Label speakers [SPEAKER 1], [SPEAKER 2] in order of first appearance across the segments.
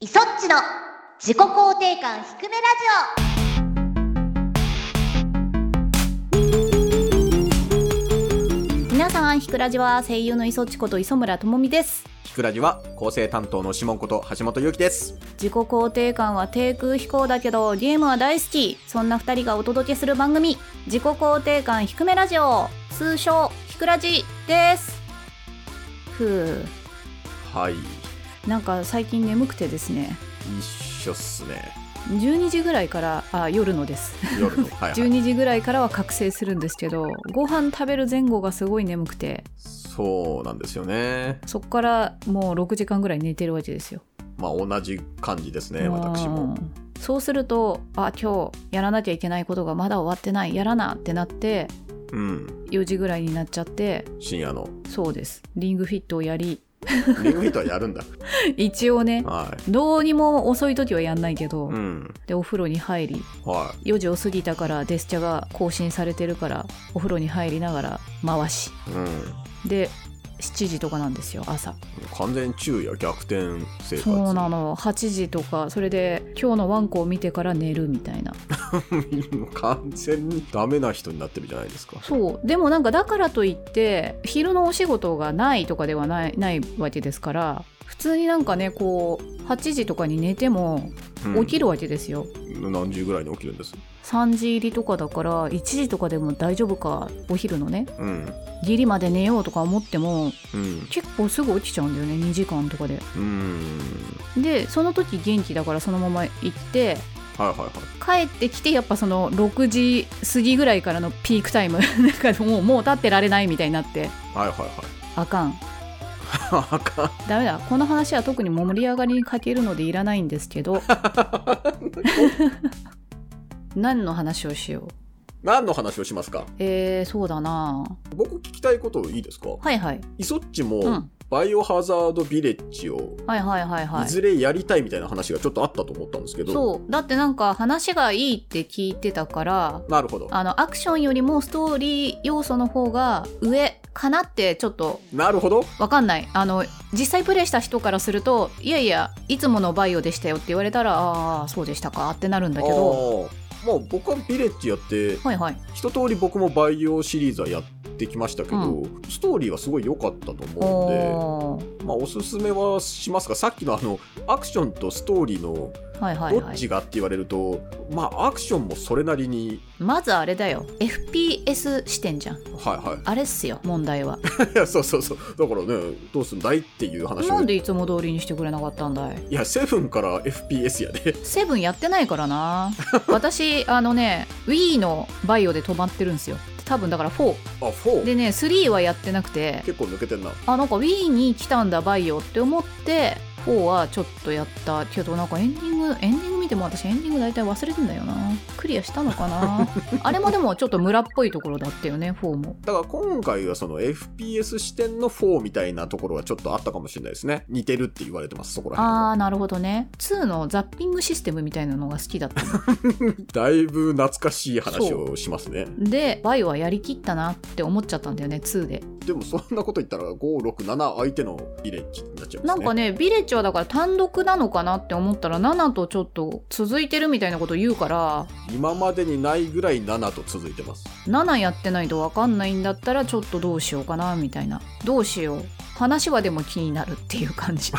[SPEAKER 1] イソッチの自己肯定感低めラジ
[SPEAKER 2] 皆さんひくらじは声優の磯地こと磯村智美です
[SPEAKER 3] ひくらじは構成担当のシモンこと橋本ゆうきです。
[SPEAKER 2] 自己肯定感は低空飛行だけどゲームは大好きそんな2人がお届けする番組自己肯定感低めラジオ通称ひくらじですふ
[SPEAKER 3] はい、
[SPEAKER 2] うなんか最近眠くてですね
[SPEAKER 3] 一緒っすね。
[SPEAKER 2] 12時ぐらいからあ夜の です
[SPEAKER 3] 夜の。 はい、はい。
[SPEAKER 2] 12時ぐらいからは覚醒するんですけどご飯食べる前後がすごい眠くて
[SPEAKER 3] そうなんですよね。
[SPEAKER 2] そっからもう6時間ぐらい寝てるわけですよ
[SPEAKER 3] まあ同じ感じですね、私も。
[SPEAKER 2] うんそうするとあ今日やらなきゃいけないことがまだ終わってないやらなってなって
[SPEAKER 3] うん。
[SPEAKER 2] 4時ぐらいになっちゃって
[SPEAKER 3] 深夜の。
[SPEAKER 2] そうですリングフィットをやり
[SPEAKER 3] リングフィットはやるん だ。
[SPEAKER 2] 一応ね
[SPEAKER 3] はい。
[SPEAKER 2] どうにも遅い時はやんないけど、
[SPEAKER 3] うん。
[SPEAKER 2] でお風呂に入り
[SPEAKER 3] は
[SPEAKER 2] 4時を過ぎたからデスチャが更新されてるからお風呂に入りながら回し
[SPEAKER 3] い。うん。
[SPEAKER 2] で7時とかなんですよ朝
[SPEAKER 3] 完全昼夜逆転生活。
[SPEAKER 2] そうなの8時とかそれで今日のワンコを見てから寝るみたいな
[SPEAKER 3] 完全にダメな人になってるじゃないですか。
[SPEAKER 2] そうでもなんかだからといって昼のお仕事がないとかではないないわけですから普通になんかねこう8時とかに寝ても
[SPEAKER 3] うん
[SPEAKER 2] 起きるわけですよ、
[SPEAKER 3] 何時ぐらいに起きるんです
[SPEAKER 2] 3時入りとかだから1時とかでも大丈夫かお昼のね
[SPEAKER 3] うん。
[SPEAKER 2] ギリまで寝ようとか思っても
[SPEAKER 3] うん。
[SPEAKER 2] 結構すぐ起きちゃうんだよね2時間とかで
[SPEAKER 3] うん。
[SPEAKER 2] でその時元気だからそのまま行って
[SPEAKER 3] はいはいはい。
[SPEAKER 2] 帰ってきてやっぱその6時過ぎぐらいからのピークタイム なんかもうもう立ってられないみたいになって
[SPEAKER 3] はいはいはい。
[SPEAKER 2] あかん
[SPEAKER 3] あ かん。
[SPEAKER 2] ダメだこの話は特に盛り上がりに欠けるのでいらないんですけど 何の話をしよう
[SPEAKER 3] 何の話をしますか
[SPEAKER 2] えー、そうだな
[SPEAKER 3] 僕聞きたいこといいですか
[SPEAKER 2] はいはい、
[SPEAKER 3] イソッチ
[SPEAKER 2] う
[SPEAKER 3] も
[SPEAKER 2] ん、
[SPEAKER 3] バイオハザードビレッジを
[SPEAKER 2] はいはいはいはい
[SPEAKER 3] ずれやりたいみたいな話がちょっとあったと思ったんですけど、
[SPEAKER 2] そうだってなんか話がいいって聞いてたから
[SPEAKER 3] なるほど
[SPEAKER 2] あのアクションよりもストーリー要素の方が上かなってちょっと
[SPEAKER 3] なるほど
[SPEAKER 2] わかんないあの実際プレイした人からするといやいやいつものバイオでしたよって言われたらああそうでしたかってなるんだけど
[SPEAKER 3] あーまあ僕はビレッジやって
[SPEAKER 2] はいはい
[SPEAKER 3] 一通り僕もバイオシリーズはやってきましたけど、ストーリーはすごい良かったと思
[SPEAKER 2] おー
[SPEAKER 3] うんで、まあ、おすすめはしますがさっきのあのアクションとストーリーの
[SPEAKER 2] はいはい
[SPEAKER 3] ど
[SPEAKER 2] はい
[SPEAKER 3] っちがって言われると、まあアクションもそれなりに
[SPEAKER 2] まずあれだよ FPS 視点じゃん
[SPEAKER 3] はいはい
[SPEAKER 2] あれっすよ問題は
[SPEAKER 3] いやそうそうそうだからねどうすんだいっていう話
[SPEAKER 2] な
[SPEAKER 3] を
[SPEAKER 2] んでいつも通りにしてくれなかったんだい
[SPEAKER 3] いやセブンから FPS や で
[SPEAKER 2] セブンやってないからな私あのね Wii のバイオで止まってるんですよ多分だから4
[SPEAKER 3] あ4
[SPEAKER 2] でね3はやってなくて
[SPEAKER 3] 結構抜けてんな
[SPEAKER 2] あなんか Wii に来たんだバイオって思って4はちょっとやったけどなんかエンディングエンディング見ても私エンディング大体忘れてんだよなクリアしたのかなあれもでもちょっと村っぽいところだったよね4も
[SPEAKER 3] だから今回はその FPS 視点の4みたいなところはちょっとあったかもしれないですね似てるって言われてますそこら辺
[SPEAKER 2] あ
[SPEAKER 3] は
[SPEAKER 2] ーなるほどね2のザッピングシステムみたいなのが好きだったの
[SPEAKER 3] だいぶ懐かしい話をしますね
[SPEAKER 2] でバイオはやりきったなって思っちゃったんだよね2で
[SPEAKER 3] でもそんなこと言ったら567相手のビレッジになっちゃいま
[SPEAKER 2] な
[SPEAKER 3] すね
[SPEAKER 2] んかねビレッジはだから単独なのかなって思ったら7とちょっと続いてるみたいなこと言うから
[SPEAKER 3] 今までにないぐらい7と続いてます
[SPEAKER 2] 7やってないと分かんないんだったらちょっとどうしようかなみたいなどうしよう話はでも気になるっていう感 じ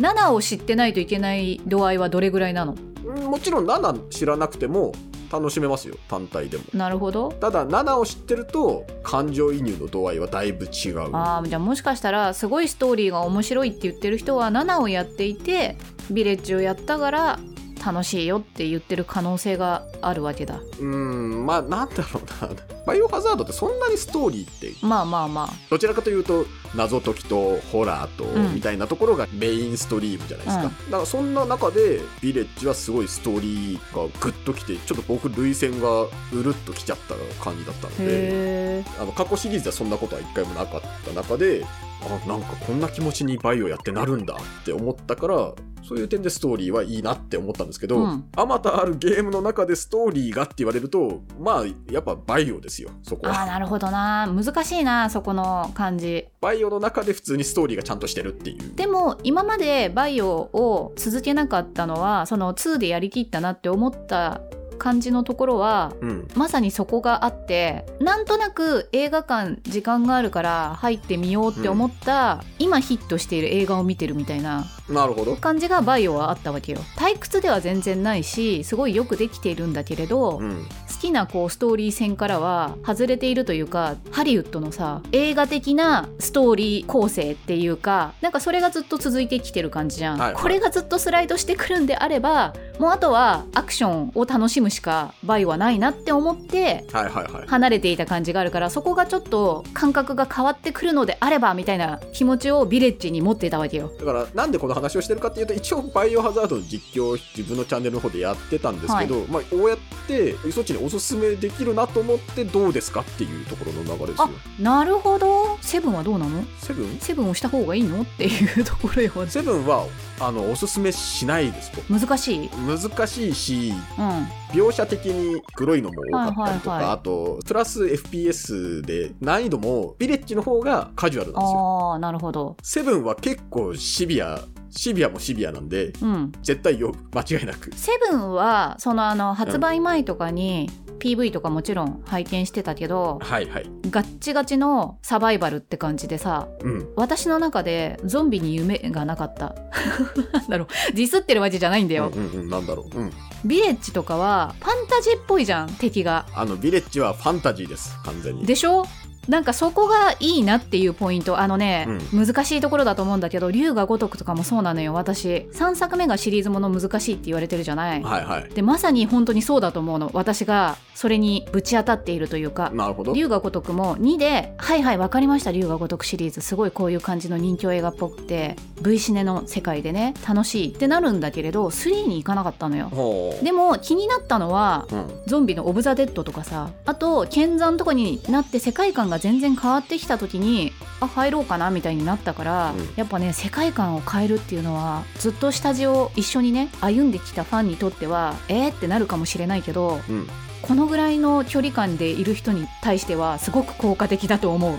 [SPEAKER 2] 7を知ってないといけない度合いはどれぐらいな の
[SPEAKER 3] うんもちろん7知らなくても楽しめますよ単体でも
[SPEAKER 2] なるほど
[SPEAKER 3] ただ7を知ってると感情移入の度合いはだいぶ違う
[SPEAKER 2] あーじゃあもしかしたらすごいストーリーが面白いって言ってる人は7をやっていてヴィレッジをやったから楽しいよって言ってる可能性があるわけだ
[SPEAKER 3] うーんまあなんだろうな バイオハザードってそんなにストーリーって
[SPEAKER 2] まあまあま
[SPEAKER 3] どちらかというと謎解きとホラーと
[SPEAKER 2] うん
[SPEAKER 3] みたいなところがメインストリームじゃないですか、だからそんな中でヴィレッジはすごいストーリーがグッときてちょっと僕類線がうるっときちゃった感じだったの
[SPEAKER 2] あ
[SPEAKER 3] で
[SPEAKER 2] へえ
[SPEAKER 3] あの過去シリーズではそんなことは一回もなかった中であなんかこんな気持ちにバイオやってなるんだって思ったからそういう点でストーリーはいいなって思ったんですけど、
[SPEAKER 2] うん
[SPEAKER 3] あまたあるゲームの中でストーリーがって言われるとまあやっぱバイオですよそこ
[SPEAKER 2] ああ
[SPEAKER 3] は
[SPEAKER 2] なるほどな難しいなそこの感じ
[SPEAKER 3] バイオの中で普通にストーリーがちゃんとしてるっていう
[SPEAKER 2] でも今までバイオを続けなかったのはその2でやりきったなって思った感じのところは
[SPEAKER 3] うん
[SPEAKER 2] まさにそこがあってなんとなく映画館時間があるから入ってみようって思った、今ヒットしている映画を見てるみたいな
[SPEAKER 3] なるほど
[SPEAKER 2] 感じがバイオはあったわけよ退屈では全然ないしすごいよくできているんだけれど、
[SPEAKER 3] う
[SPEAKER 2] 好
[SPEAKER 3] ん
[SPEAKER 2] きなこうストーリー線からは外れているというかハリウッドのさ映画的なストーリー構成っていうかなんかそれがずっと続いてきてる感じじゃん、
[SPEAKER 3] はいはい
[SPEAKER 2] これがずっとスライドしてくるんであればもうあとはアクションを楽しむしかバイオはないなって思って
[SPEAKER 3] はいはいはい
[SPEAKER 2] 離れていた感じがあるからそこがちょっと感覚が変わってくるのであればみたいな気持ちをヴィレッジに持っていたわけよ。
[SPEAKER 3] だからなんでこの話をしてるかっていうと一応バイオハザードの実況を自分のチャンネルの方でやってたんですけど、まあ、こうやってそっちにおすすめできるなと思ってどうですかっていうところの流れですよ
[SPEAKER 2] あなるほどセブンはどうなの
[SPEAKER 3] セブン
[SPEAKER 2] セブンをした方がいいのっていうところよ
[SPEAKER 3] セブンはあのおすすめしないです僕
[SPEAKER 2] 難しい
[SPEAKER 3] 難しいし
[SPEAKER 2] うんは
[SPEAKER 3] 描写的に黒いのも多かったりとか、
[SPEAKER 2] はいはいはい
[SPEAKER 3] あとプラス FPS で難易度もビレッジの方がカジュアルなんですよ
[SPEAKER 2] あーなるほど
[SPEAKER 3] セブンは結構シビアシビアもシビアなんで
[SPEAKER 2] うん
[SPEAKER 3] 絶対よ間違いなく
[SPEAKER 2] セブンはそのあの発売前とかに PV とかもちろん拝見してたけど
[SPEAKER 3] はいはい
[SPEAKER 2] ガッチガチのサバイバルって感じでさ
[SPEAKER 3] うん
[SPEAKER 2] 私の中でゾンビに夢がなかった なんだろうディスってるわけじゃないんだよ、
[SPEAKER 3] うんうんうん、なんだろう、うん、
[SPEAKER 2] ビレッジとかはファンタジーっぽいじゃん敵が
[SPEAKER 3] あのヴィレッジはファンタジーです完全に
[SPEAKER 2] でしょなんかそこがいいなっていうポイントあのね、難しいところだと思うんだけど龍が如くとかもそうなのよ私3作目がシリーズもの難しいって言われてるじゃない、
[SPEAKER 3] はいはい
[SPEAKER 2] でまさに本当にそうだと思うの私がそれにぶち当たっているというか
[SPEAKER 3] なるほど
[SPEAKER 2] 龍が如くも2で「はいはい分かりました龍が如く」シリーズすごいこういう感じの人気映画っぽくて V シネの世界でね楽しいってなるんだけれど3に行かなかったのよ
[SPEAKER 3] ほう
[SPEAKER 2] でも気になったのは
[SPEAKER 3] うん、
[SPEAKER 2] ゾンビのオブ・ザ・デッドとかさあと剣山とかになって世界観が全然変わってきた時にあ入ろうかなみたいになったから、
[SPEAKER 3] うん
[SPEAKER 2] やっぱね世界観を変えるっていうのはずっと下地を一緒にね歩んできたファンにとってはえー、ってなるかもしれないけど
[SPEAKER 3] うん、
[SPEAKER 2] このぐらいの距離感でいる人に対してはすごく効果的だと思う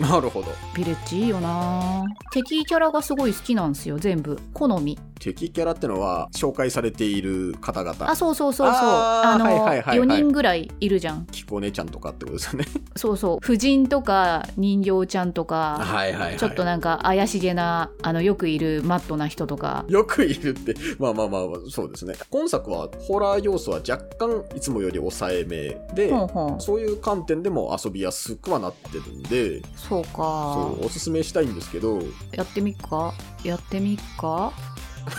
[SPEAKER 3] なるほど
[SPEAKER 2] ビレッジいいよな敵キャラがすごい好きなんですよ全部好み
[SPEAKER 3] 敵キャラってのは紹介されている方々
[SPEAKER 2] あそうそうそうそう
[SPEAKER 3] あー
[SPEAKER 2] あの、
[SPEAKER 3] はいはいはいはい
[SPEAKER 2] 4人ぐらいいるじゃん
[SPEAKER 3] キコネちゃんとかってことですよね
[SPEAKER 2] そうそう婦人とか人形ちゃんとか
[SPEAKER 3] はいはいはい
[SPEAKER 2] ちょっとなんか怪しげなあのよくいるマットな人とか
[SPEAKER 3] よくいるってまあまあまあそうですね今作はホラー要素は若干いつもより抑えめで、
[SPEAKER 2] ほうほう
[SPEAKER 3] そういう観点でも遊びやすくはなってるんで
[SPEAKER 2] そう
[SPEAKER 3] そ
[SPEAKER 2] か
[SPEAKER 3] うおすすめしたいんですけど
[SPEAKER 2] やってみっかやってみっか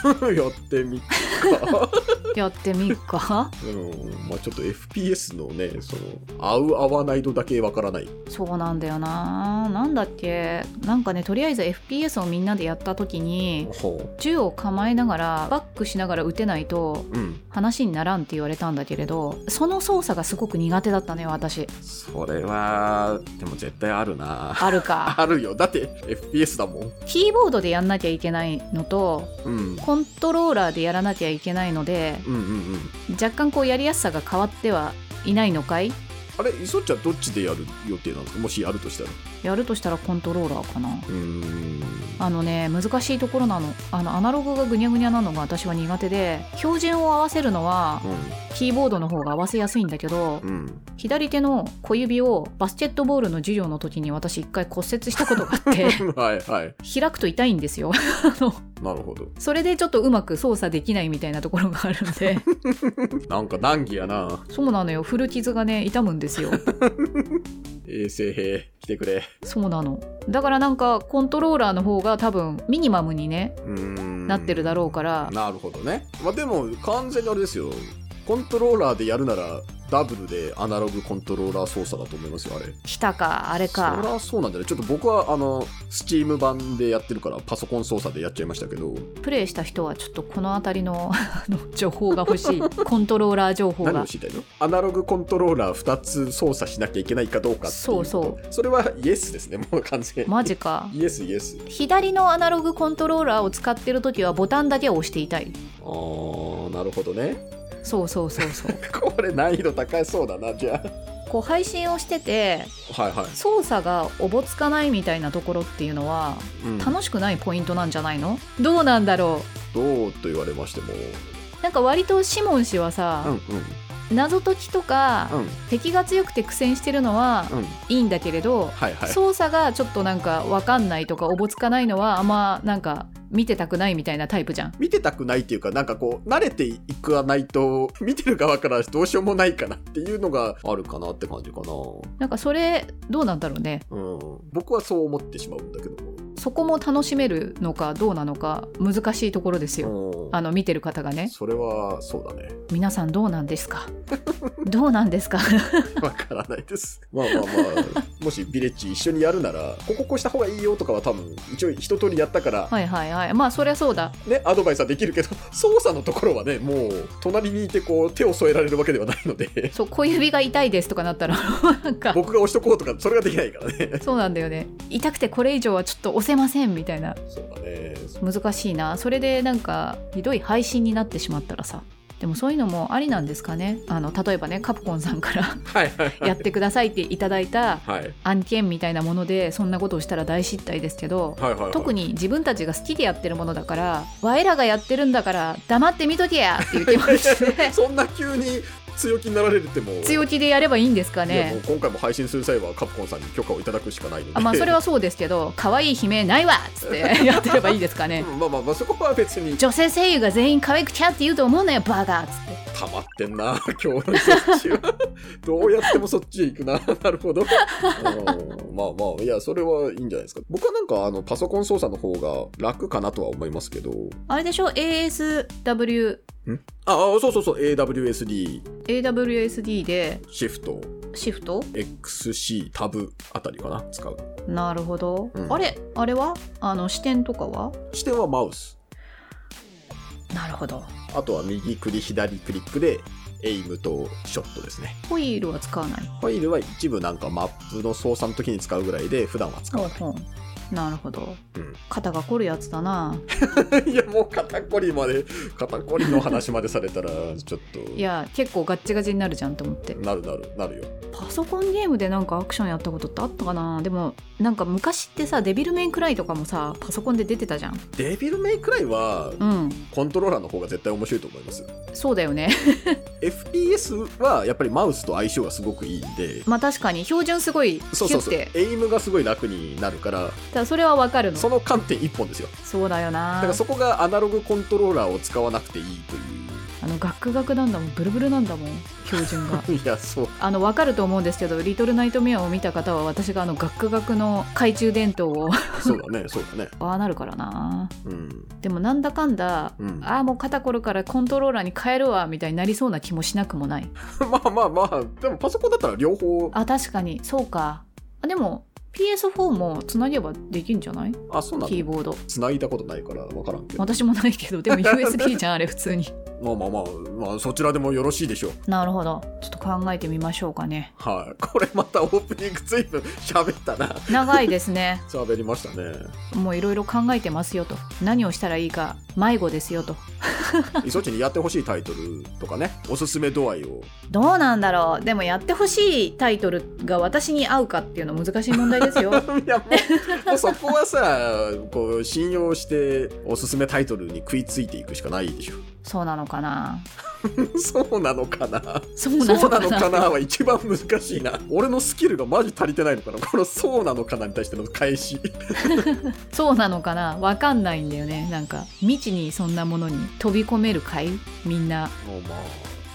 [SPEAKER 3] やってみっか
[SPEAKER 2] やってみっ か
[SPEAKER 3] あのまあちょっと FPS のねその合う合わない度だけわからない
[SPEAKER 2] そうなんだよななんだっけなんかねとりあえず FPS をみんなでやった時に
[SPEAKER 3] ほ
[SPEAKER 2] 銃を構えながらバックしながら撃てないと
[SPEAKER 3] ううん
[SPEAKER 2] 話にならんって言われたんだけれどその操作がすごく苦手だったね私
[SPEAKER 3] それはでも絶対あるな
[SPEAKER 2] あるか
[SPEAKER 3] あるよだって FPS だもん
[SPEAKER 2] キーボードでやんなきゃいけないのと
[SPEAKER 3] うん
[SPEAKER 2] コントローラーでやらなきゃいけないので
[SPEAKER 3] うんうんうん
[SPEAKER 2] 若干こうやりやすさが変わってはいないのかい
[SPEAKER 3] あれ磯っちゃんどっちでやる予定なんですかもしやるとしたら
[SPEAKER 2] やるとしたらコントローラーかな
[SPEAKER 3] うーん
[SPEAKER 2] あのね難しいところなのあのアナログがぐにゃぐにゃなのが私は苦手で標準を合わせるのはキーボードの方が合わせやすいんだけど
[SPEAKER 3] うんうん
[SPEAKER 2] 左手の小指をバスケットボールの授業の時に私一回骨折したことがあって
[SPEAKER 3] はいはい
[SPEAKER 2] 開くと痛いんですよあの
[SPEAKER 3] なるほど
[SPEAKER 2] それでちょっとうまく操作できないみたいなところがあるんで
[SPEAKER 3] なんか難儀やな
[SPEAKER 2] そうなのよ古傷がね痛むんですよ
[SPEAKER 3] 衛生兵来てくれ
[SPEAKER 2] そうなのだからなんかコントローラーの方が多分ミニマムにね
[SPEAKER 3] うーん
[SPEAKER 2] なってるだろうから
[SPEAKER 3] なるほどね、まあ、でも完全にあれですよコントローラーでやるならダブルでアナログコントローラー操作だと思いますよ、あれ。
[SPEAKER 2] 来たかあれ
[SPEAKER 3] そり
[SPEAKER 2] か
[SPEAKER 3] ゃそうなんじゃないちょっと僕は、あの、スチーム版でやってるから、パソコン操作でやっちゃいましたけど、
[SPEAKER 2] プレイした人はちょっとこの辺りのあの情報が欲し いコントローラー情報
[SPEAKER 3] 何を
[SPEAKER 2] が
[SPEAKER 3] 知りたいのアナログコントローラー2つ操作しなきゃいけないかどうかっていうと
[SPEAKER 2] そうそう
[SPEAKER 3] それはイエスですね、もう完全に。
[SPEAKER 2] マジか
[SPEAKER 3] イエスイエス。
[SPEAKER 2] 左のアナログコントローラーを使ってる時はボタンだけを押していたい
[SPEAKER 3] あー、なるほどね。
[SPEAKER 2] そうそうそう そう
[SPEAKER 3] これ難易度高そうだな、じゃ
[SPEAKER 2] こう配信をしてて
[SPEAKER 3] あ。はいはい。
[SPEAKER 2] 操作がおぼつかないみたいなところっていうのは
[SPEAKER 3] うん
[SPEAKER 2] 楽しくないポイントなんじゃないのどうなんだろ
[SPEAKER 3] どうと言われましても。
[SPEAKER 2] うなんか割とシモン氏は
[SPEAKER 3] うんう
[SPEAKER 2] さ、
[SPEAKER 3] ん。
[SPEAKER 2] 謎解きとか、
[SPEAKER 3] うん
[SPEAKER 2] 敵が強くて苦戦してるのは
[SPEAKER 3] うん。
[SPEAKER 2] いいんだけれど、
[SPEAKER 3] はいはい。
[SPEAKER 2] 操作がちょっとなんか分かんないとかおぼつかないのはあんまなんか見てたくないみたいなタイプじゃん
[SPEAKER 3] 見てたくないっていうか、なんかこう、慣れていかないと、見てる側からどうしようもないかなっていうのがあるかなって感じかな。
[SPEAKER 2] なんかそれどうなんだろうね
[SPEAKER 3] うん。僕はそう思ってしまうんだけども。
[SPEAKER 2] そこも楽しめるのかどうなのか難しいところですよ、
[SPEAKER 3] うん
[SPEAKER 2] あの見てる方がね
[SPEAKER 3] それはそうだね。
[SPEAKER 2] 皆さんどうなんですか どうなんですか
[SPEAKER 3] わからないです。 まあまあまあ、もしビレッジ一緒にやるなら、こここうした方がいいよとかは多分、一応一通りやったから、
[SPEAKER 2] はいはいはいまあそりゃそうだ
[SPEAKER 3] ね、アドバイスはできるけど、 操作のところはね、もう、隣にいてこう、手を添えられるわけではないので、
[SPEAKER 2] そう小指が痛いですとかなったら なんか
[SPEAKER 3] 僕が押しとこうとか、それができないからね。
[SPEAKER 2] そうなんだよね痛くてこれ以上はちょっと押せませんみたいな
[SPEAKER 3] そうだね。
[SPEAKER 2] 難しいなそれでなんかひどい配信になってしまったらさでもそういうのもありなんですかねあの例えばねカプコンさんから
[SPEAKER 3] はいはいは い。
[SPEAKER 2] やってくださいっていただいた
[SPEAKER 3] はい。
[SPEAKER 2] 案件みたいなものでそんなことをしたら大失態ですけど
[SPEAKER 3] はいはいはい、
[SPEAKER 2] 特
[SPEAKER 3] に
[SPEAKER 2] に自分たちが好きでやってるものだから「我らがやってるんだから黙って見とけ や!」っていう気持ちで
[SPEAKER 3] そんな急に強気になられても
[SPEAKER 2] 強気でやればいいんですか
[SPEAKER 3] いやもう
[SPEAKER 2] ね
[SPEAKER 3] 今回も配信する際はカプコンさんに許可をいただくしかないので
[SPEAKER 2] あまあそれはそうですけど「可愛い悲鳴ないわ!」っつってやってればいいですかね
[SPEAKER 3] うんまあまあまあそこは別に
[SPEAKER 2] 女性声優が全員可愛くキャって言うと思うなよバカっつって
[SPEAKER 3] 溜まってんな 今日のそっちはどうやってもそっちへ行くな なるほどうんまあまあいやそれはいいんじゃないですか僕はなんかあのパソコン操作の方が楽かなとは思いますけど
[SPEAKER 2] あれでしょ ASW
[SPEAKER 3] ああそうそうそう AWSD
[SPEAKER 2] AWSD で
[SPEAKER 3] シフト
[SPEAKER 2] シフト
[SPEAKER 3] XC タブあたりかな使う
[SPEAKER 2] なるほど、
[SPEAKER 3] うん
[SPEAKER 2] あれあれはあの視点とかは
[SPEAKER 3] 視点はマウス
[SPEAKER 2] なるほど
[SPEAKER 3] あとは右クリ左クリックでエイムとショットですね
[SPEAKER 2] ホイールは使わない
[SPEAKER 3] ホイールは一部なんかマップの操作の時に使うぐらいで普段は使
[SPEAKER 2] ほ
[SPEAKER 3] わ
[SPEAKER 2] う
[SPEAKER 3] な
[SPEAKER 2] ほうなるほど、
[SPEAKER 3] うん
[SPEAKER 2] 肩が凝るやつだない
[SPEAKER 3] いやもう肩こりまで肩こりの話までされたらちょっと
[SPEAKER 2] いや結構ガッチガチになるじゃんと思って
[SPEAKER 3] なるなるなるよ
[SPEAKER 2] パソコンゲームでなんかアクションやったことってあったかなでもなんか昔ってさデビルメインクライとかもさパソコンで出てたじゃん
[SPEAKER 3] デビルメイクライは
[SPEAKER 2] うん
[SPEAKER 3] コントローラーの方が絶対面白いと思います
[SPEAKER 2] そうだよね
[SPEAKER 3] FPS はやっぱりマウスと相性がすごくいいんで
[SPEAKER 2] まあ確かに標準すごいキュッて
[SPEAKER 3] そうそうそうエイムがすごい楽になるから
[SPEAKER 2] ただそれはわかるのそ
[SPEAKER 3] その観点一本ですよ
[SPEAKER 2] うだよ
[SPEAKER 3] だ
[SPEAKER 2] な
[SPEAKER 3] からそこがアナログコントローラーを使わなくていいという
[SPEAKER 2] あのガクガクなんだもんブルブルなんだもん標準が
[SPEAKER 3] いや、そう。
[SPEAKER 2] あの分かると思うんですけど「リトルナイトメア」を見た方は私があのガクガクの懐中電灯を
[SPEAKER 3] そうだね、そうだね。
[SPEAKER 2] ああなるからな
[SPEAKER 3] うん。
[SPEAKER 2] でもなんだかんだ、
[SPEAKER 3] うん
[SPEAKER 2] ああもう肩こるからコントローラーに変えるわみたいになりそうな気もしなくもない
[SPEAKER 3] まあまあまあ、でもパソコンだったら両方、
[SPEAKER 2] あ確かにそうかあでも PS4 もつなげばできんじゃない
[SPEAKER 3] あ、そうな
[SPEAKER 2] キー
[SPEAKER 3] の
[SPEAKER 2] ボード
[SPEAKER 3] 繋いだことないから分からんけど。
[SPEAKER 2] 私もないけどでも USB じゃんあれ普通に
[SPEAKER 3] まあまあまあ、まあ、そちらでもよろしいでしょう。
[SPEAKER 2] なるほどちょっと考えてみましょうかね
[SPEAKER 3] はい、 これまたオープニング随分喋ったな。
[SPEAKER 2] 長いですね
[SPEAKER 3] 喋りましたね。
[SPEAKER 2] もういろいろ考えてますよと何をしたらいいか迷子ですよと
[SPEAKER 3] いそちにやってほしいタイトルとかね、おすすめ度合いを。
[SPEAKER 2] どうなんだろうでもやってほしいタイトルが私に合うかっていうの難しい問題です よ
[SPEAKER 3] いやもう、もうそこは さ、こう、信用して、おすすめタイトルに食いついていくしかないでしょ。
[SPEAKER 2] そうなのかな
[SPEAKER 3] そうなのかな
[SPEAKER 2] そうな
[SPEAKER 3] そう
[SPEAKER 2] のか
[SPEAKER 3] なの
[SPEAKER 2] な
[SPEAKER 3] かなは一番難しいな。俺のスキルがマジ足りてないのかな。このそうなのかなに対しての返し。
[SPEAKER 2] そうなのかなわかんないんだよねなんか未知にそんなものに飛び込める会みんな
[SPEAKER 3] もうまあ。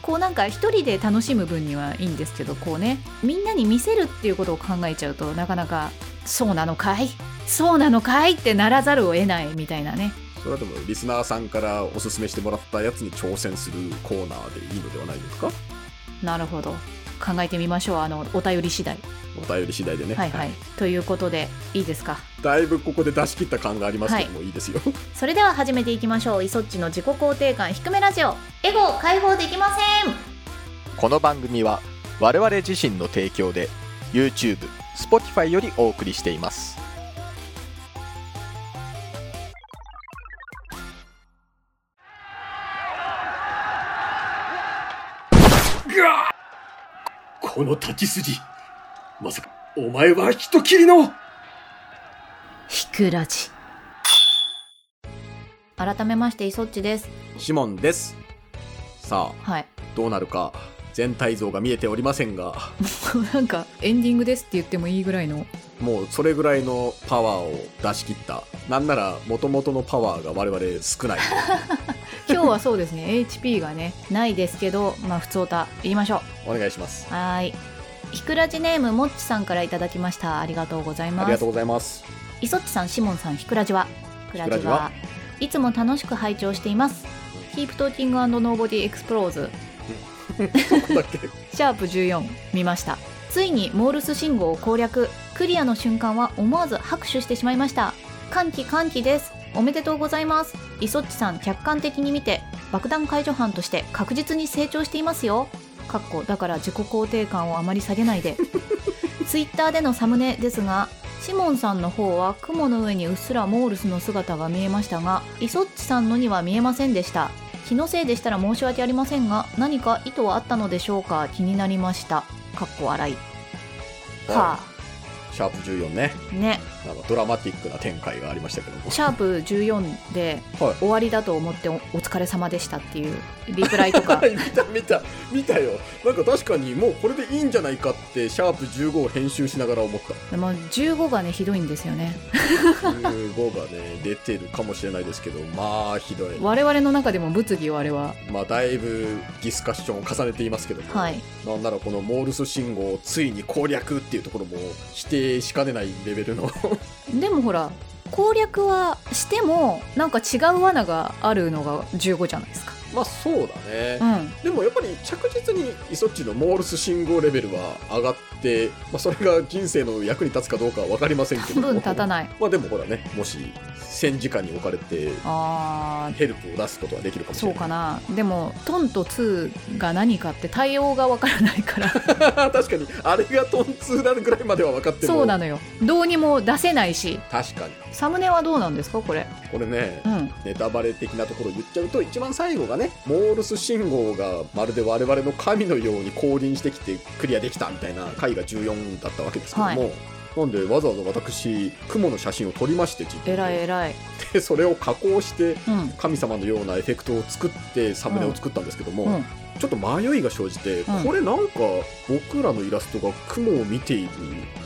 [SPEAKER 2] こうなんか一人で楽しむ分にはいいんですけどこうねみんなに見せるっていうことを考えちゃうとなかなかそうなのかいそうなのかいってならざるを得ないみたいなね
[SPEAKER 3] それはでもリスナーさんからおすすめしてもらったやつに挑戦するコーナーでいいのではないですか
[SPEAKER 2] なるほど考えてみましょうあのお便り次第
[SPEAKER 3] お便り次第でね、
[SPEAKER 2] はいはいということでいいですか
[SPEAKER 3] だいぶここで出し切った感がありますけども、い、いですよ
[SPEAKER 2] それでは始めていきましょうイソッチの自己肯定感低めラジオ
[SPEAKER 1] エゴを解放できません
[SPEAKER 4] この番組は我々自身の提供で YouTube、Spotify よりお送りしています
[SPEAKER 3] この立ち筋まさかお前は人斬りの
[SPEAKER 2] 低ラジ改めましてイソッチです
[SPEAKER 3] シモンですさあ
[SPEAKER 2] はい
[SPEAKER 3] どうなるか全体像が見えておりませんが
[SPEAKER 2] なんかエンディングですって言ってもいいぐらいの
[SPEAKER 3] もうそれぐらいのパワーを出し切ったなんなら元々のパワーが我々少ない
[SPEAKER 2] 今日はそうです ね HP がねないですけどまあ普通おた言いましょ
[SPEAKER 3] お願いします
[SPEAKER 2] うはーいひくらじネームもっちさんからいただきましたありがとうござい
[SPEAKER 3] あ
[SPEAKER 2] ま
[SPEAKER 3] りが
[SPEAKER 2] す
[SPEAKER 3] とうございます
[SPEAKER 2] いそっちさんしもんさんひくらじはひく
[SPEAKER 3] ひくらじはい
[SPEAKER 2] つも楽しく拝聴していますキープトーキングノーボディエクスプローズ
[SPEAKER 3] そこだっけ
[SPEAKER 2] シャープ14見ましたついにモールス信号を攻略クリアの瞬間は思わず拍手してしまいました歓喜歓喜ですおめでとうございますイソッチさん客観的に見て爆弾解除班として確実に成長していますよかっこだから自己肯定感をあまり下げないでツイッターでのサムネですがシモンさんの方は雲の上にうっすらモールスの姿が見えましたがイソッチさんのには見えませんでした気のせいでしたら申し訳ありませんが何か意図はあったのでしょうか気になりましたかっこ笑いは
[SPEAKER 3] シャープ14ね
[SPEAKER 2] あね
[SPEAKER 3] なんかドラマティックな展開がありましたけども
[SPEAKER 2] シャープ14で
[SPEAKER 3] はい
[SPEAKER 2] 終わりだと思っておお疲れ様でしたっていうリプライとか
[SPEAKER 3] はい見た見た見たよなんか確かにもうこれでいいんじゃないかってシャープ15を編集しながら思った
[SPEAKER 2] まあ15がねひどいんですよね
[SPEAKER 3] 15がね出てるかもしれないですけどまあひどい
[SPEAKER 2] 我々の中でも物議をあれは
[SPEAKER 3] まあだいぶディスカッションを重ねていますけども、
[SPEAKER 2] はい
[SPEAKER 3] なんならこのモールス信号をついに攻略っていうところも否定しかねないレベルの
[SPEAKER 2] でもほら攻略はしてもなんか違う罠があるのが15じゃないですか
[SPEAKER 3] まあそうだね
[SPEAKER 2] う、ん
[SPEAKER 3] でもやっぱり着実にイソッチのモールス信号レベルは上がって、まあ、それが人生の役に立つかどうかは分かりませんけど
[SPEAKER 2] 半
[SPEAKER 3] も
[SPEAKER 2] 分立たない
[SPEAKER 3] まあでもほらねもし戦時下に置かれて
[SPEAKER 2] あー
[SPEAKER 3] ヘルプを出すことはできるかもし
[SPEAKER 2] そ
[SPEAKER 3] れ
[SPEAKER 2] う
[SPEAKER 3] ない
[SPEAKER 2] かなでもトンとツーが何かって対応がわからないから
[SPEAKER 3] 確かにあれがトンツーなるぐらいまでは分かっても
[SPEAKER 2] そうなのよどうにも出せないし
[SPEAKER 3] 確かに
[SPEAKER 2] サムネはどうなんですかこれ
[SPEAKER 3] これね
[SPEAKER 2] うん
[SPEAKER 3] ネタバレ的なところ言っちゃうと一番最後がねモールス信号がまるで我々の神のように降臨してきてクリアできたみたいな回が14だったわけですけども、
[SPEAKER 2] はい
[SPEAKER 3] なんでわざわざ私雲の写真を撮りまして自分で
[SPEAKER 2] えらいえらい
[SPEAKER 3] でそれを加工して
[SPEAKER 2] うん
[SPEAKER 3] 神様のようなエフェクトを作ってサムネを作ったんですけども、
[SPEAKER 2] うん
[SPEAKER 3] ちょっと迷いが生じて、
[SPEAKER 2] うん
[SPEAKER 3] これなんか僕らのイラストが雲を見ている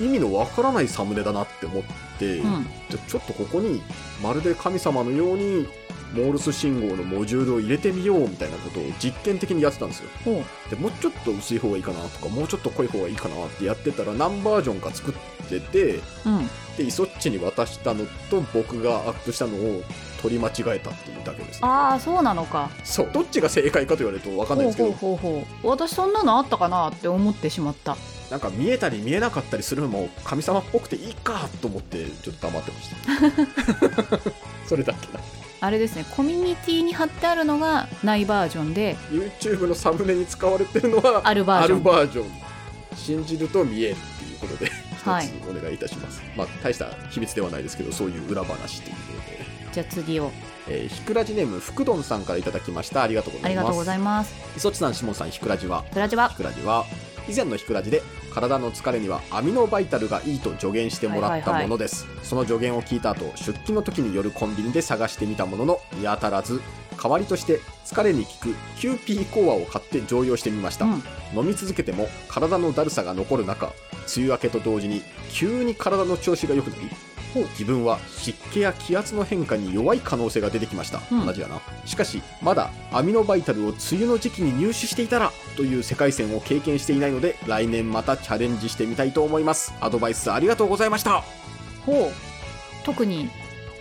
[SPEAKER 3] 意味のわからないサムネだなって思って、
[SPEAKER 2] うん
[SPEAKER 3] でちょっとここにまるで神様のようにモールス信号のモジュールを入れてみようみたいなことを実験的にやってたんですよ
[SPEAKER 2] ほ
[SPEAKER 3] でもうちょっと薄い方がいいかなとかもうちょっと濃い方がいいかなってやってたら何バージョンか作ってて
[SPEAKER 2] ううん
[SPEAKER 3] でイソッチに渡したのと僕がアップしたのを取り間違えたっていうだけですね
[SPEAKER 2] ああそうなのか
[SPEAKER 3] そうどっちが正解かと言われると分かんな
[SPEAKER 2] ほう
[SPEAKER 3] いですけど
[SPEAKER 2] ほうほうほう私そんなのあったかなって思ってしまった
[SPEAKER 3] なんか見えたり見えなかったりするのも神様っぽくていいかと思ってちょっと黙ってました それだけだ
[SPEAKER 2] あれですねコミュニティに貼ってあるのがないバージョンで
[SPEAKER 3] YouTube のサムネに使われてるのは
[SPEAKER 2] あるバー
[SPEAKER 3] あ
[SPEAKER 2] ジョ
[SPEAKER 3] る
[SPEAKER 2] ン
[SPEAKER 3] バージョン信じると見えるっていうことで
[SPEAKER 2] はい
[SPEAKER 3] 一つお願いいたします、まあ大した秘密ではないですけどそういう裏話ということで、
[SPEAKER 2] じゃあ次を
[SPEAKER 3] えーひくらじネーム福丼さんからいただきましたありがとうご
[SPEAKER 2] あ
[SPEAKER 3] ざい
[SPEAKER 2] り
[SPEAKER 3] ます
[SPEAKER 2] がとうございます
[SPEAKER 3] 磯地さんしもんさんひくらじは
[SPEAKER 2] ブラジは
[SPEAKER 3] ひくらじは以前のひくらじで体の疲れにはアミノバイタルがいいと助言してもらったものです、その助言を聞いた後出勤の時に夜コンビニで探してみたものの見当たらず代わりとして疲れに効くキューピーコアを買って常用してみました、
[SPEAKER 2] うん
[SPEAKER 3] 飲み続けても体のだるさが残る中梅雨明けと同時に急に体の調子が良くなり自分は湿気や気圧の変化に弱い可能性が出てきました、
[SPEAKER 2] うん
[SPEAKER 3] 同じだなしかしまだアミノバイタルを梅雨の時期に入手していたらという世界線を経験していないので来年またチャレンジしてみたいと思いますアドバイスありがとうございま した
[SPEAKER 2] ほう特に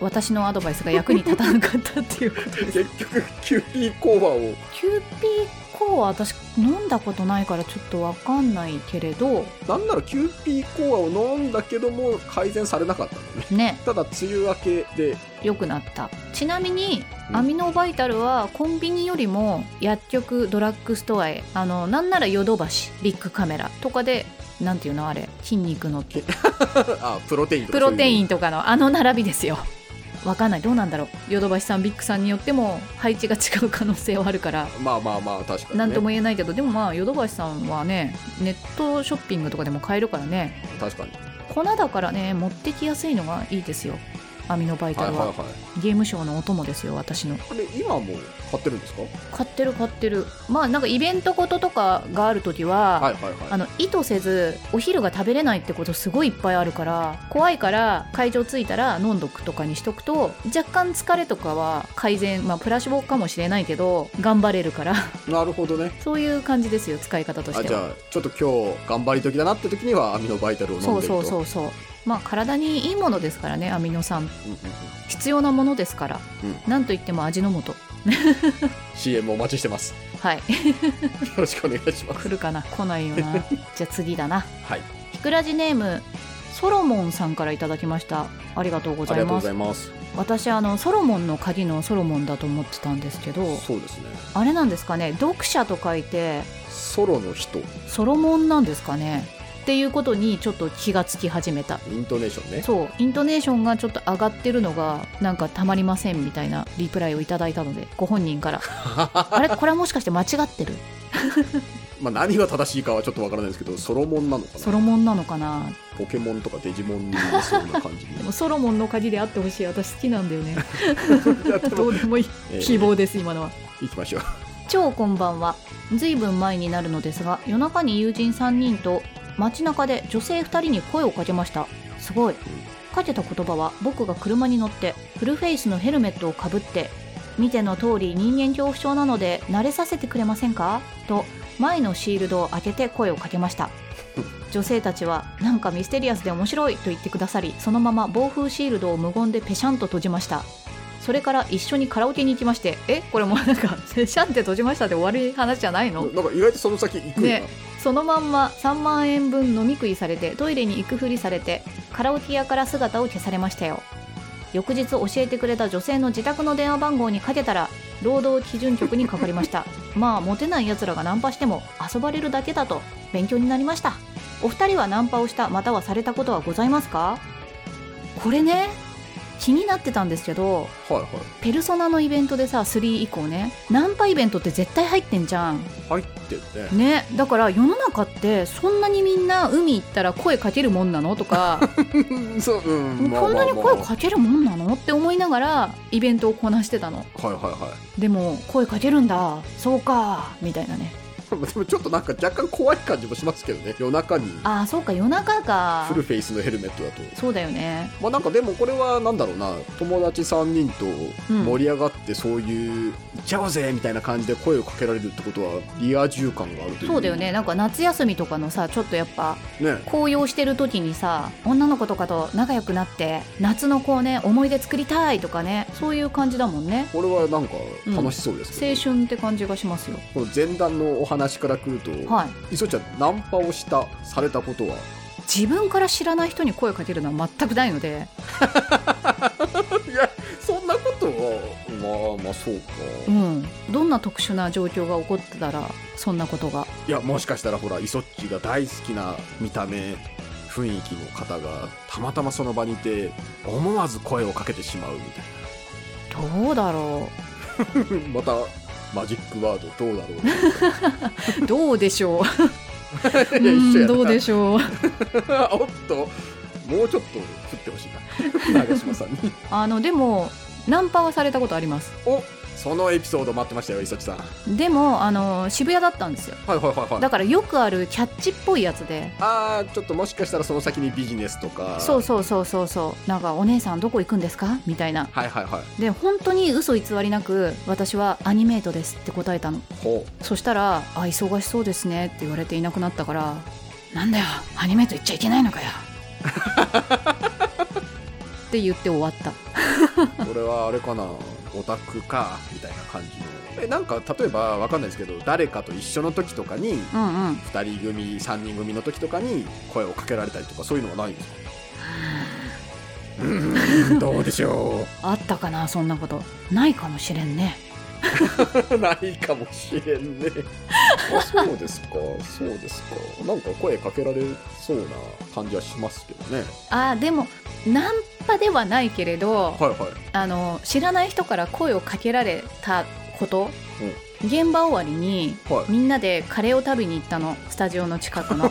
[SPEAKER 2] 私のアドバイスが役に立たなかったっていうことです
[SPEAKER 3] 結局キューピーコーバーを
[SPEAKER 2] キューピーコア私飲んだことないからちょっとわかんないけれど
[SPEAKER 3] なんならキューピーコアを飲んだけども改善されなかったのね
[SPEAKER 2] ね
[SPEAKER 3] ただ梅雨明けで
[SPEAKER 2] 良くなったちなみに
[SPEAKER 3] うん
[SPEAKER 2] アミノバイタルはコンビニよりも薬局ドラッグストアへあのなんならヨドバシビッグカメラとかでなんていうのあれ筋肉の
[SPEAKER 3] あプロテインとか
[SPEAKER 2] プロテイ
[SPEAKER 3] ン
[SPEAKER 2] ンとかのあの並びですよわかんないどうなんだろうヨドバシさんビッグさんによっても配置が違う可能性はあるから
[SPEAKER 3] まあまあまあ確かに、ね、
[SPEAKER 2] 何とも言えないけどでもまあヨドバシさんはねネットショッピングとかでも買えるからね
[SPEAKER 3] 確かに
[SPEAKER 2] 粉だからね持ってきやすいのがいいですよアミノバイ
[SPEAKER 3] は
[SPEAKER 2] タ
[SPEAKER 3] いは
[SPEAKER 2] ル
[SPEAKER 3] い
[SPEAKER 2] は、
[SPEAKER 3] はい
[SPEAKER 2] ゲームショーのお供ですよ私の
[SPEAKER 3] これ今も買ってるんですか
[SPEAKER 2] 買ってる買ってるまあなんかイベントこととかがある時は、
[SPEAKER 3] はいはい
[SPEAKER 2] あ
[SPEAKER 3] はい
[SPEAKER 2] の意図せずお昼が食べれないってことすごいいっぱいあるから怖いから会場着いたら飲んどくとかにしとくと若干疲れとかは改善まあプラシボかもしれないけど頑張れるから
[SPEAKER 3] なるほどね
[SPEAKER 2] そういう感じですよ使い方とし
[SPEAKER 3] あ
[SPEAKER 2] て
[SPEAKER 3] じ
[SPEAKER 2] は
[SPEAKER 3] ゃあちょっと今日頑張り時だなって時にはアミノバイタルを飲んでる
[SPEAKER 2] そう
[SPEAKER 3] と
[SPEAKER 2] そうそううそうまあ体にいいものですからねアミノ酸
[SPEAKER 3] んうんうん
[SPEAKER 2] 必要なものですから、
[SPEAKER 3] う
[SPEAKER 2] なんといっても味の素
[SPEAKER 3] CM お待ちしてます
[SPEAKER 2] はい
[SPEAKER 3] よろしくお願いします
[SPEAKER 2] 来るかな来ないよ なじゃあ次だな
[SPEAKER 3] はい
[SPEAKER 2] ひくらじネームソロモンさんからいただきましたありがとうご
[SPEAKER 3] あ
[SPEAKER 2] ざ
[SPEAKER 3] り
[SPEAKER 2] い
[SPEAKER 3] がとう
[SPEAKER 2] ま
[SPEAKER 3] ご
[SPEAKER 2] す
[SPEAKER 3] ざいます
[SPEAKER 2] 私あのソロモンの鍵のソロモンだと思ってたんですけど
[SPEAKER 3] そうですね
[SPEAKER 2] あれなんですかね読者と書いて
[SPEAKER 3] ソロの人
[SPEAKER 2] ソロモンなんですかねっていうことにちょっと気がつき始めた
[SPEAKER 3] イントネーションね
[SPEAKER 2] そうイントネーションがちょっと上がってるのがなんかたまりませんみたいなリプライをいただいたのでご本人から あれこれはもしかして間違ってる
[SPEAKER 3] まあ何が正しいかはちょっとわからないですけどソロモンなのか
[SPEAKER 2] ソ
[SPEAKER 3] な
[SPEAKER 2] ロモンなのかな
[SPEAKER 3] ポケモンとかデジモンになりそうな感じに
[SPEAKER 2] でもソロモンの鍵であってほしい私好きなんだよね
[SPEAKER 3] やって
[SPEAKER 2] ど
[SPEAKER 3] も
[SPEAKER 2] うでもいい
[SPEAKER 3] えー
[SPEAKER 2] 希望です今のは
[SPEAKER 3] 行きましょう
[SPEAKER 2] 超こんばんはずいぶん前になるのですが夜中に友人3人と街中で女性2人に声をかけましたすごいかけた言葉は僕が車に乗ってフルフェイスのヘルメットをかぶって見ての通り人間恐怖症なので慣れさせてくれませんかと前のシールドを開けて声をかけました女性たちは「なんかミステリアスで面白い」と言ってくださりそのまま暴風シールドを無言でペシャンと閉じましたそれから一緒にカラオケに行きましてえこれもうなんか「ペシャンって閉じました」って終わり話じゃないの
[SPEAKER 3] なんか意外とその先行くんだ、
[SPEAKER 2] ねそのまんま3万円分飲み食いされてトイレに行くふりされてカラオケ屋から姿を消されましたよ翌日教えてくれた女性の自宅の電話番号にかけたら労働基準局にかかりましたまあモテない奴らがナンパしても遊ばれるだけだと勉強になりましたお二人はナンパをしたまたはされたことはございますかこれね気になってたんですけど
[SPEAKER 3] はいはい
[SPEAKER 2] ペルソナのイベントでさ3以降ねナンパイベントって絶対入ってんじゃん
[SPEAKER 3] 入ってるね
[SPEAKER 2] ねだから世の中ってそんなにみんな海行ったら声かけるもんなのと か
[SPEAKER 3] うんそう、うん、まあ
[SPEAKER 2] こんなに
[SPEAKER 3] まあまあ
[SPEAKER 2] 声かけるもんなのって思いながらイベントをこなしてたの
[SPEAKER 3] はいは
[SPEAKER 2] でも声かけるんだそうかみたいなね
[SPEAKER 3] いはい。でもちょっとなんか若干怖い感じもしますけどね。夜中に
[SPEAKER 2] ああそうか夜中か
[SPEAKER 3] フルフェイスのヘルメットだと。
[SPEAKER 2] そうだよね
[SPEAKER 3] まあなんかでもこれはなんだろうな、友達3人と
[SPEAKER 2] うん
[SPEAKER 3] 盛り上がってそういう、行っちゃおうぜみたいな感じで声をかけられるってことはリア充感があるという。
[SPEAKER 2] そうだよね。なんか夏休みとかのさちょっとやっぱ
[SPEAKER 3] ね。
[SPEAKER 2] 紅葉してる時にさ女の子とかと仲良くなって夏のこうね思い出作りたいとかねそういう感じだもんね
[SPEAKER 3] これはなんか楽しそうです
[SPEAKER 2] 青
[SPEAKER 3] けど、
[SPEAKER 2] 春って感じがしますよ
[SPEAKER 3] この前段のお話から来ると、
[SPEAKER 2] はい
[SPEAKER 3] 磯ちゃんナンパをした、されたことは、
[SPEAKER 2] 自分から知らない人に声かけるのは全くないので、
[SPEAKER 3] いや、そんなことは、まあまあそうか。
[SPEAKER 2] うん、どんな特殊な状況が起こってたらそんなことが
[SPEAKER 3] いやもしかしたらほらイソッチが大好きな見た目雰囲気の方がたまたまその場にいて思わず声をかけてしまうみ
[SPEAKER 2] どうだろ
[SPEAKER 3] たいなまたマジックワードどうだろう
[SPEAKER 2] うどうでしょう
[SPEAKER 3] い
[SPEAKER 2] う
[SPEAKER 3] や一緒や
[SPEAKER 2] ん
[SPEAKER 3] な
[SPEAKER 2] どうでしょう
[SPEAKER 3] おっともうちょっと振ってほしいな長嶋さんに
[SPEAKER 2] あのでもナンパはされたことあります
[SPEAKER 3] おそのエピソード待ってましたよイソッチさんはい
[SPEAKER 2] でもあの渋谷だったんですよ
[SPEAKER 3] はいはいは
[SPEAKER 2] だ
[SPEAKER 3] い
[SPEAKER 2] からよくあるキャッチっぽいやつで
[SPEAKER 3] あーちょっともしかしたらその先にビジネスとか
[SPEAKER 2] そうそうそうそうそうなんか「お姉さんどこ行くんですか?」みたいな
[SPEAKER 3] はいはいはい
[SPEAKER 2] で本当に嘘偽りなく「私はアニメートです」って答えたの
[SPEAKER 3] ほ
[SPEAKER 2] そしたら「あ忙しそうですね」って言われていなくなったから「なんだよアニメート行っちゃいけない のかよ」って言って終わった
[SPEAKER 3] うこれはあれかなオタクかみたいな感じのえなんか例えばわかんないですけど誰かと一緒の時とかに
[SPEAKER 2] うんうん
[SPEAKER 3] 2人組3人組の時とかに声をかけられたりとかそういうのはないんですかうーんどうでしょ
[SPEAKER 2] あったかなそんなことないかもしれんね
[SPEAKER 3] う ないかもしれんねあそうですかそうですかなんか声かけられそうな感じはしますけどね
[SPEAKER 2] あーでもナンパではないけれど、
[SPEAKER 3] はいはい
[SPEAKER 2] あの知らない人から声をかけられたこと、現場終わりに
[SPEAKER 3] はい
[SPEAKER 2] みんなでカレーを食べに行ったのスタジオの近く の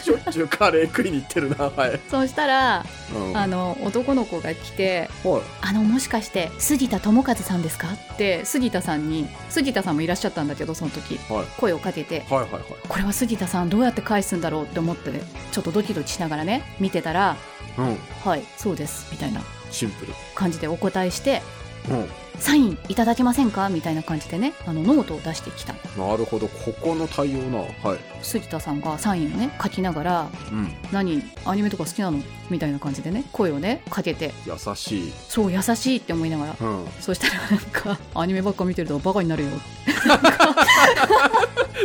[SPEAKER 3] しょっちゅうカレー食いに行ってるなはい、
[SPEAKER 2] そうしたら
[SPEAKER 3] うん、
[SPEAKER 2] あの男の子が来て
[SPEAKER 3] はい
[SPEAKER 2] 「あのもしかして杉田智和さんですか?」って杉田さんに杉田さんもいらっしゃったんだけどその時
[SPEAKER 3] はい
[SPEAKER 2] 声をかけて
[SPEAKER 3] はいはいはい
[SPEAKER 2] これは杉田さんどうやって返すんだろうって思ってちょっとドキドキしながらね見てたら
[SPEAKER 3] うん
[SPEAKER 2] 「はいそうです」みたいな
[SPEAKER 3] シンプル
[SPEAKER 2] 感じでお答えして
[SPEAKER 3] うん
[SPEAKER 2] 「サインいただけませんか?」みたいな感じでねあのノートを出してきた
[SPEAKER 3] なるほどここの対応なはい
[SPEAKER 2] 杉田さんがサインをね書きながら
[SPEAKER 3] うん
[SPEAKER 2] 「何アニメとか好きなの?」みたいな感じでね声をねかけて
[SPEAKER 3] 優しい
[SPEAKER 2] そう優しいって思いながら
[SPEAKER 3] うん
[SPEAKER 2] そしたらなんかアニメばっか見てるとバカになるよ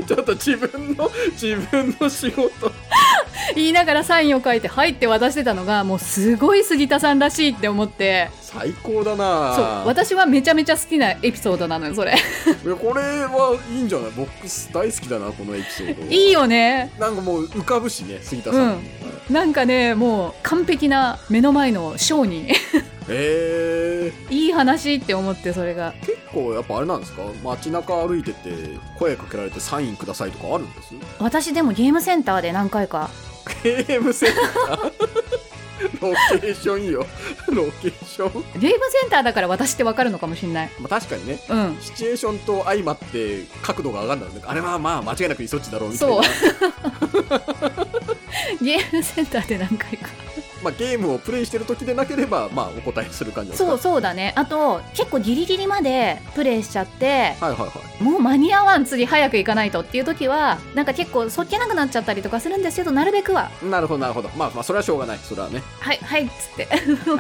[SPEAKER 3] ちょっと自分の 自分の仕事
[SPEAKER 2] 言いながらサインを書いて「はい」って渡してたのがもうすごい杉田さんらしいって思って
[SPEAKER 3] 最高だな
[SPEAKER 2] そう私はめちゃめちゃ好きなエピソードなのよそれ
[SPEAKER 3] いやこれはいいんじゃないボックス大好きだなこのエピソード
[SPEAKER 2] いいよね
[SPEAKER 3] なんかもう浮かぶしね杉田さん、
[SPEAKER 2] うんなんかねもう完璧な目の前のショーに
[SPEAKER 3] えー、
[SPEAKER 2] いい話って思ってそれが
[SPEAKER 3] 結構やっぱあれなんですか街中歩いてて声かけられてサインくださいとかあるんです
[SPEAKER 2] 私でもゲームセンターで何回か
[SPEAKER 3] ゲームセンター ロケーションよロケーション、
[SPEAKER 2] ゲームセンターだから私ってわかるのかもしんない
[SPEAKER 3] まあ、確かにね
[SPEAKER 2] うん
[SPEAKER 3] シチュエーションと相まって角度が上がるんだろうねあれはまあ間違いなくイソッチだろうみたいな
[SPEAKER 2] そゲームセンターで何回か
[SPEAKER 3] まあ、ゲームをプレイしてる時でなければ、まあ、お答えする感じなんですか
[SPEAKER 2] そうそうだねあと結構ギリギリまでプレイしちゃって
[SPEAKER 3] はいはいはい
[SPEAKER 2] もう間に合わん次早く行かないとっていう時はなんか結構そっけなくなっちゃったりとかするんですけどなるべくは
[SPEAKER 3] なるほどなるほどまあまあそれはしょうがないそれはね、
[SPEAKER 2] 「はいはい」っつって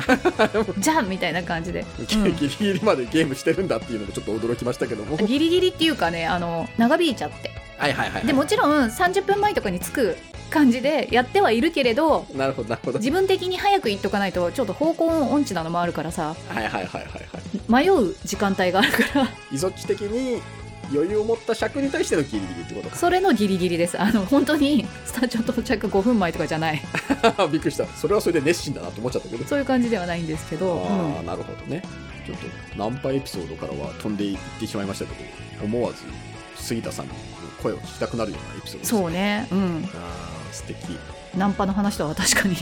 [SPEAKER 2] じゃあみたいな感じで、う
[SPEAKER 3] ギリギリまでゲームしてるんだっていうのもちょっと驚きましたけども
[SPEAKER 2] ん ギリギリっていうかねあの長引いちゃって
[SPEAKER 3] はいはいはい
[SPEAKER 2] でもちろん30分前とかに着く感じでやってはいるけれど
[SPEAKER 3] なるほどなるほど
[SPEAKER 2] 自分的に早く行っとかないとちょっと方向音痴なのもあるからさ
[SPEAKER 3] はいはいはいはいは
[SPEAKER 2] 迷う時間帯があるから
[SPEAKER 3] いイソッチ的に余裕を持った尺に対してのギリギリってこと
[SPEAKER 2] それのギリギリですあの本当にスタジオ到着5分前とかじゃない
[SPEAKER 3] か びっくりしたそれはそれで熱心だなと思っちゃったけど
[SPEAKER 2] そういう感じではないんですけど、うん
[SPEAKER 3] ああなるほどねちょっとナンパエピソードからは飛んでいってしまいましたけど思わず杉田さんの声を聞きたくなるようなエピソードですね
[SPEAKER 2] そうねうん
[SPEAKER 3] あー素敵
[SPEAKER 2] ナンパの話とは確かに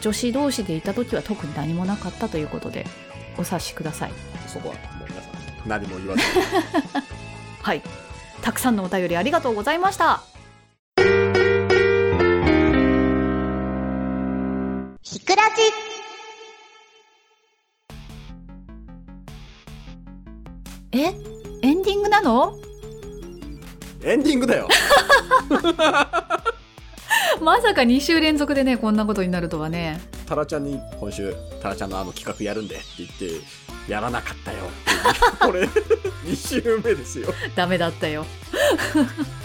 [SPEAKER 2] 女子同士でいた時は特に何もなかったということでお察しください
[SPEAKER 3] そこはもう皆さん何も言わず
[SPEAKER 2] はいたくさんのお便りありがとうございました
[SPEAKER 1] ひくらじ。
[SPEAKER 2] えエンディングなの
[SPEAKER 3] エンディング だよ
[SPEAKER 2] まさか2週連続でねこんなことになるとはね
[SPEAKER 3] タラちゃんに今週タラちゃんのあの企画やるんでって言ってやらなかったよっていうこれ2週目ですよ
[SPEAKER 2] ダメだったよ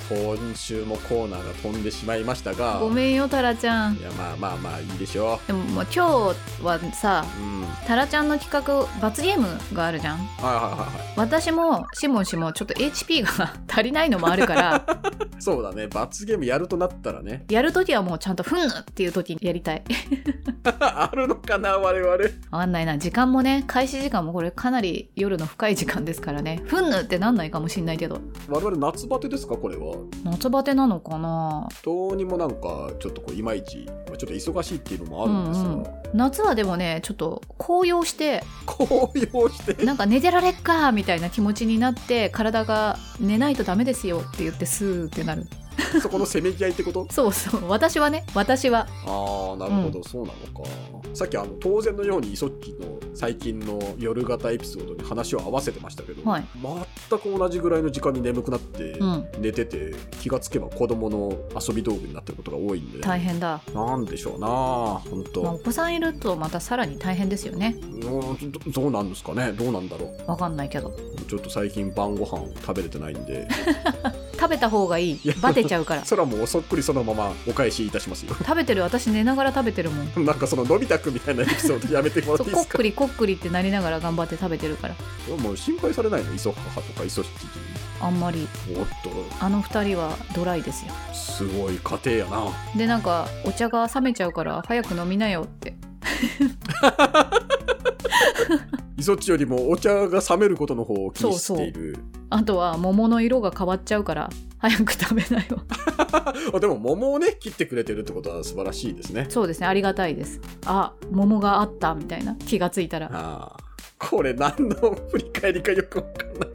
[SPEAKER 3] 今週もコーナーが飛んでしまいましたが
[SPEAKER 2] ごめんよタラちゃん
[SPEAKER 3] いやまあまあまあいいでしょ
[SPEAKER 2] でももう今日はさ
[SPEAKER 3] ううんはい
[SPEAKER 2] タラちゃんの企画罰ゲームがあるじゃん
[SPEAKER 3] はいはいは
[SPEAKER 2] 私もシモン氏もちょっと HP が足りないのもあるから
[SPEAKER 3] いそうだね罰ゲームやるとなったらね
[SPEAKER 2] やるときはもうちゃんと「ふん!」っていうときにやりたい
[SPEAKER 3] あるのかな我々
[SPEAKER 2] わかんないな時間もね開始時間もこれかなり夜の深い時間ですからね 「ふん!」ってなんないかもしんないけど
[SPEAKER 3] 我々夏バテですかこれは
[SPEAKER 2] 夏バテなのかな
[SPEAKER 3] どうにもなんかちょっとこういまいちまあちょっと忙しいっていうのもあるんですが、
[SPEAKER 2] うんうん夏はでもねちょっと高揚して
[SPEAKER 3] 高揚して
[SPEAKER 2] なんか寝てられっかみたいな気持ちになって体が寝ないとダメですよって言ってスーってなる
[SPEAKER 3] そこのせめぎ合いって こと
[SPEAKER 2] そうそう私はね私は
[SPEAKER 3] ああなるほど、そうなのかさっきあの当然のようにイソッキの最近の夜型エピソードに話を合わせてましたけど、
[SPEAKER 2] はい
[SPEAKER 3] 全く同じぐらいの時間に眠くなって、
[SPEAKER 2] うん
[SPEAKER 3] 寝てて気がつけば子供の遊び道具になってることが多いんで
[SPEAKER 2] 大変だ、
[SPEAKER 3] なんでしょうな本当
[SPEAKER 2] まあ、お子さんいるとまたさらに大変ですよね
[SPEAKER 3] うんどどうなんですかねどうなんだろう
[SPEAKER 2] わかんないけど
[SPEAKER 3] ちょっと最近晩ご飯食べれてないんで
[SPEAKER 2] 食べた方がいい
[SPEAKER 3] いや
[SPEAKER 2] バテちゃうから
[SPEAKER 3] それはもうそっくりそのままお返しいたしますよ
[SPEAKER 2] 食べてる私寝ながら食べてるもん
[SPEAKER 3] なんかそののび太くんみたいなエピソードやめてもら
[SPEAKER 2] そ
[SPEAKER 3] っ
[SPEAKER 2] う
[SPEAKER 3] ていい
[SPEAKER 2] こ
[SPEAKER 3] です
[SPEAKER 2] っ
[SPEAKER 3] か
[SPEAKER 2] くりこっくりってなりながら頑張って食べてるから
[SPEAKER 3] もう心配されないの磯母とか磯父
[SPEAKER 2] あんまり
[SPEAKER 3] におっと
[SPEAKER 2] あの二人はドライですよ
[SPEAKER 3] すごい家庭やな
[SPEAKER 2] でなんかお茶が冷めちゃうから早く飲みなよって
[SPEAKER 3] 磯父よりもお茶が冷めることの方を気にしている
[SPEAKER 2] あとは桃の色が変わっちゃうから早く食べなよ
[SPEAKER 3] あでも桃をね切ってくれてるってことは素晴らしいですね
[SPEAKER 2] そうですねありがたいですあ桃があったみたいな気がついたら
[SPEAKER 3] ああこれ何の振り返りかよくわかんない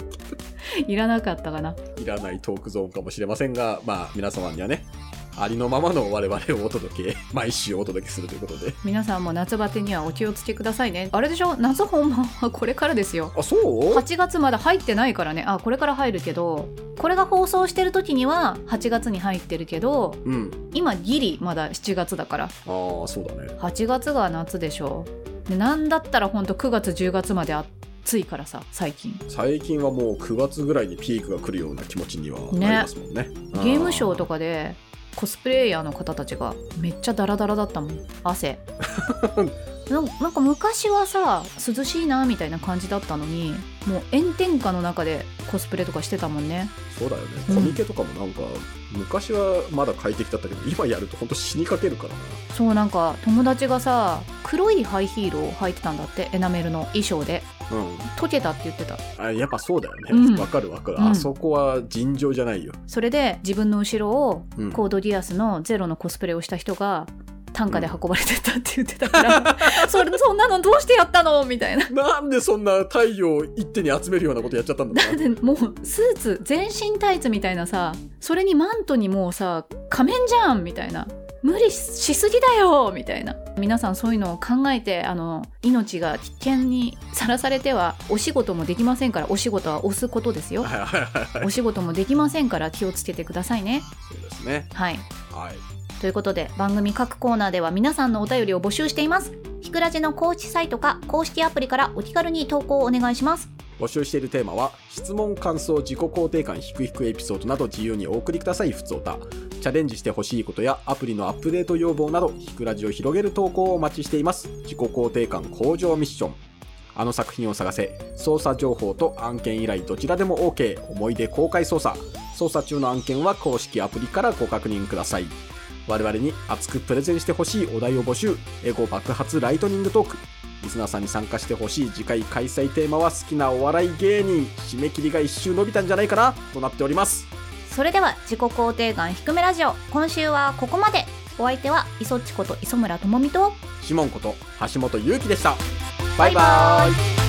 [SPEAKER 2] いらなかったかない
[SPEAKER 3] らないトークゾーンかもしれませんがまあ皆様にはねありのままの我々をお届け 毎週お届けするということで
[SPEAKER 2] 皆さんも夏バテにはお気をつけくださいねあれでしょ夏本番はこれからですよ
[SPEAKER 3] あそう
[SPEAKER 2] 8月まだ入ってないからねあこれから入るけどこれが放送してる時には8月に入ってるけど
[SPEAKER 3] うん
[SPEAKER 2] 今ギリまだ7月だから
[SPEAKER 3] ああそうだね
[SPEAKER 2] 8月が夏でしょでなんだったらほんと9月10月まで暑いからさ最近
[SPEAKER 3] 最近はもう9月ぐらいにピークが来るような気持ちには
[SPEAKER 2] ね
[SPEAKER 3] なりますもんね
[SPEAKER 2] ゲームショーと
[SPEAKER 3] か
[SPEAKER 2] かでコスプレイヤーの方たちがめっちゃダラダラだったもん汗なんなんか昔はさ涼しいなみたいな感じだったのにもう炎天下の中でコスプレとかしてたもんね
[SPEAKER 3] そうだよね
[SPEAKER 2] う
[SPEAKER 3] コ
[SPEAKER 2] ん
[SPEAKER 3] ミケとかもなんか、昔はまだ快適だったけど今やると本当死にかけるからな
[SPEAKER 2] そうなんか友達がさ黒いハイヒールを履いてたんだってエナメルの衣装で
[SPEAKER 3] うん
[SPEAKER 2] 溶けたって言ってた
[SPEAKER 3] あやっぱそうだよね
[SPEAKER 2] うん
[SPEAKER 3] わ、かるわかる、
[SPEAKER 2] うん
[SPEAKER 3] あそこは尋常じゃないよ、
[SPEAKER 2] それで自分の後ろを
[SPEAKER 3] うん、
[SPEAKER 2] コードギアスのゼロのコスプレをした人が単価で運ばれてったって言ってた から、それそんなのどうしてやったのみたいな。
[SPEAKER 3] なんでそんな太陽を一手に集めるようなことやっちゃったんだ
[SPEAKER 2] だ
[SPEAKER 3] ろ
[SPEAKER 2] っ
[SPEAKER 3] うな
[SPEAKER 2] てもうスーツ全身タイツみたいなさそれにマントにもうさ仮面じゃんみたいな無理ししすぎだよみたいな皆さんそういうのを考えてあの命が危険にさらされてはお仕事もできませんからお仕事は押すことですよ
[SPEAKER 3] はいはいはいはい
[SPEAKER 2] お仕事もできませんから気をつけてくださいね
[SPEAKER 3] そうですね
[SPEAKER 2] はい
[SPEAKER 3] はい
[SPEAKER 2] ということで番組各コーナーでは皆さんのお便りを募集していますひくらじの公式サイトか公式アプリからお気軽に投稿をお願いします
[SPEAKER 3] 募集しているテーマは質問感想自己肯定感ひくひくエピソードなど自由にお送りくださいふつおたチャレンジしてほしいことやアプリのアップデート要望などひくラジを広げる投稿をお待ちしています自己肯定感向上ミッションあの作品を探せ捜査情報と案件依頼どちらでも OK 思い出公開捜査捜査中の案件は公式アプリからご確認ください我々に熱くプレゼンしてほしいお題を募集エゴ爆発ライトニングトークリスナーさんに参加してほしい次回開催テーマは好きなお笑い芸人締め切りが一周伸びたんじゃないかなとなっております
[SPEAKER 1] それでは自己肯定感低めラジオ今週はここまでお相手は磯っちこと磯村智美と
[SPEAKER 3] シモンこと橋本優輝でしたバイバイ
[SPEAKER 1] バイバイ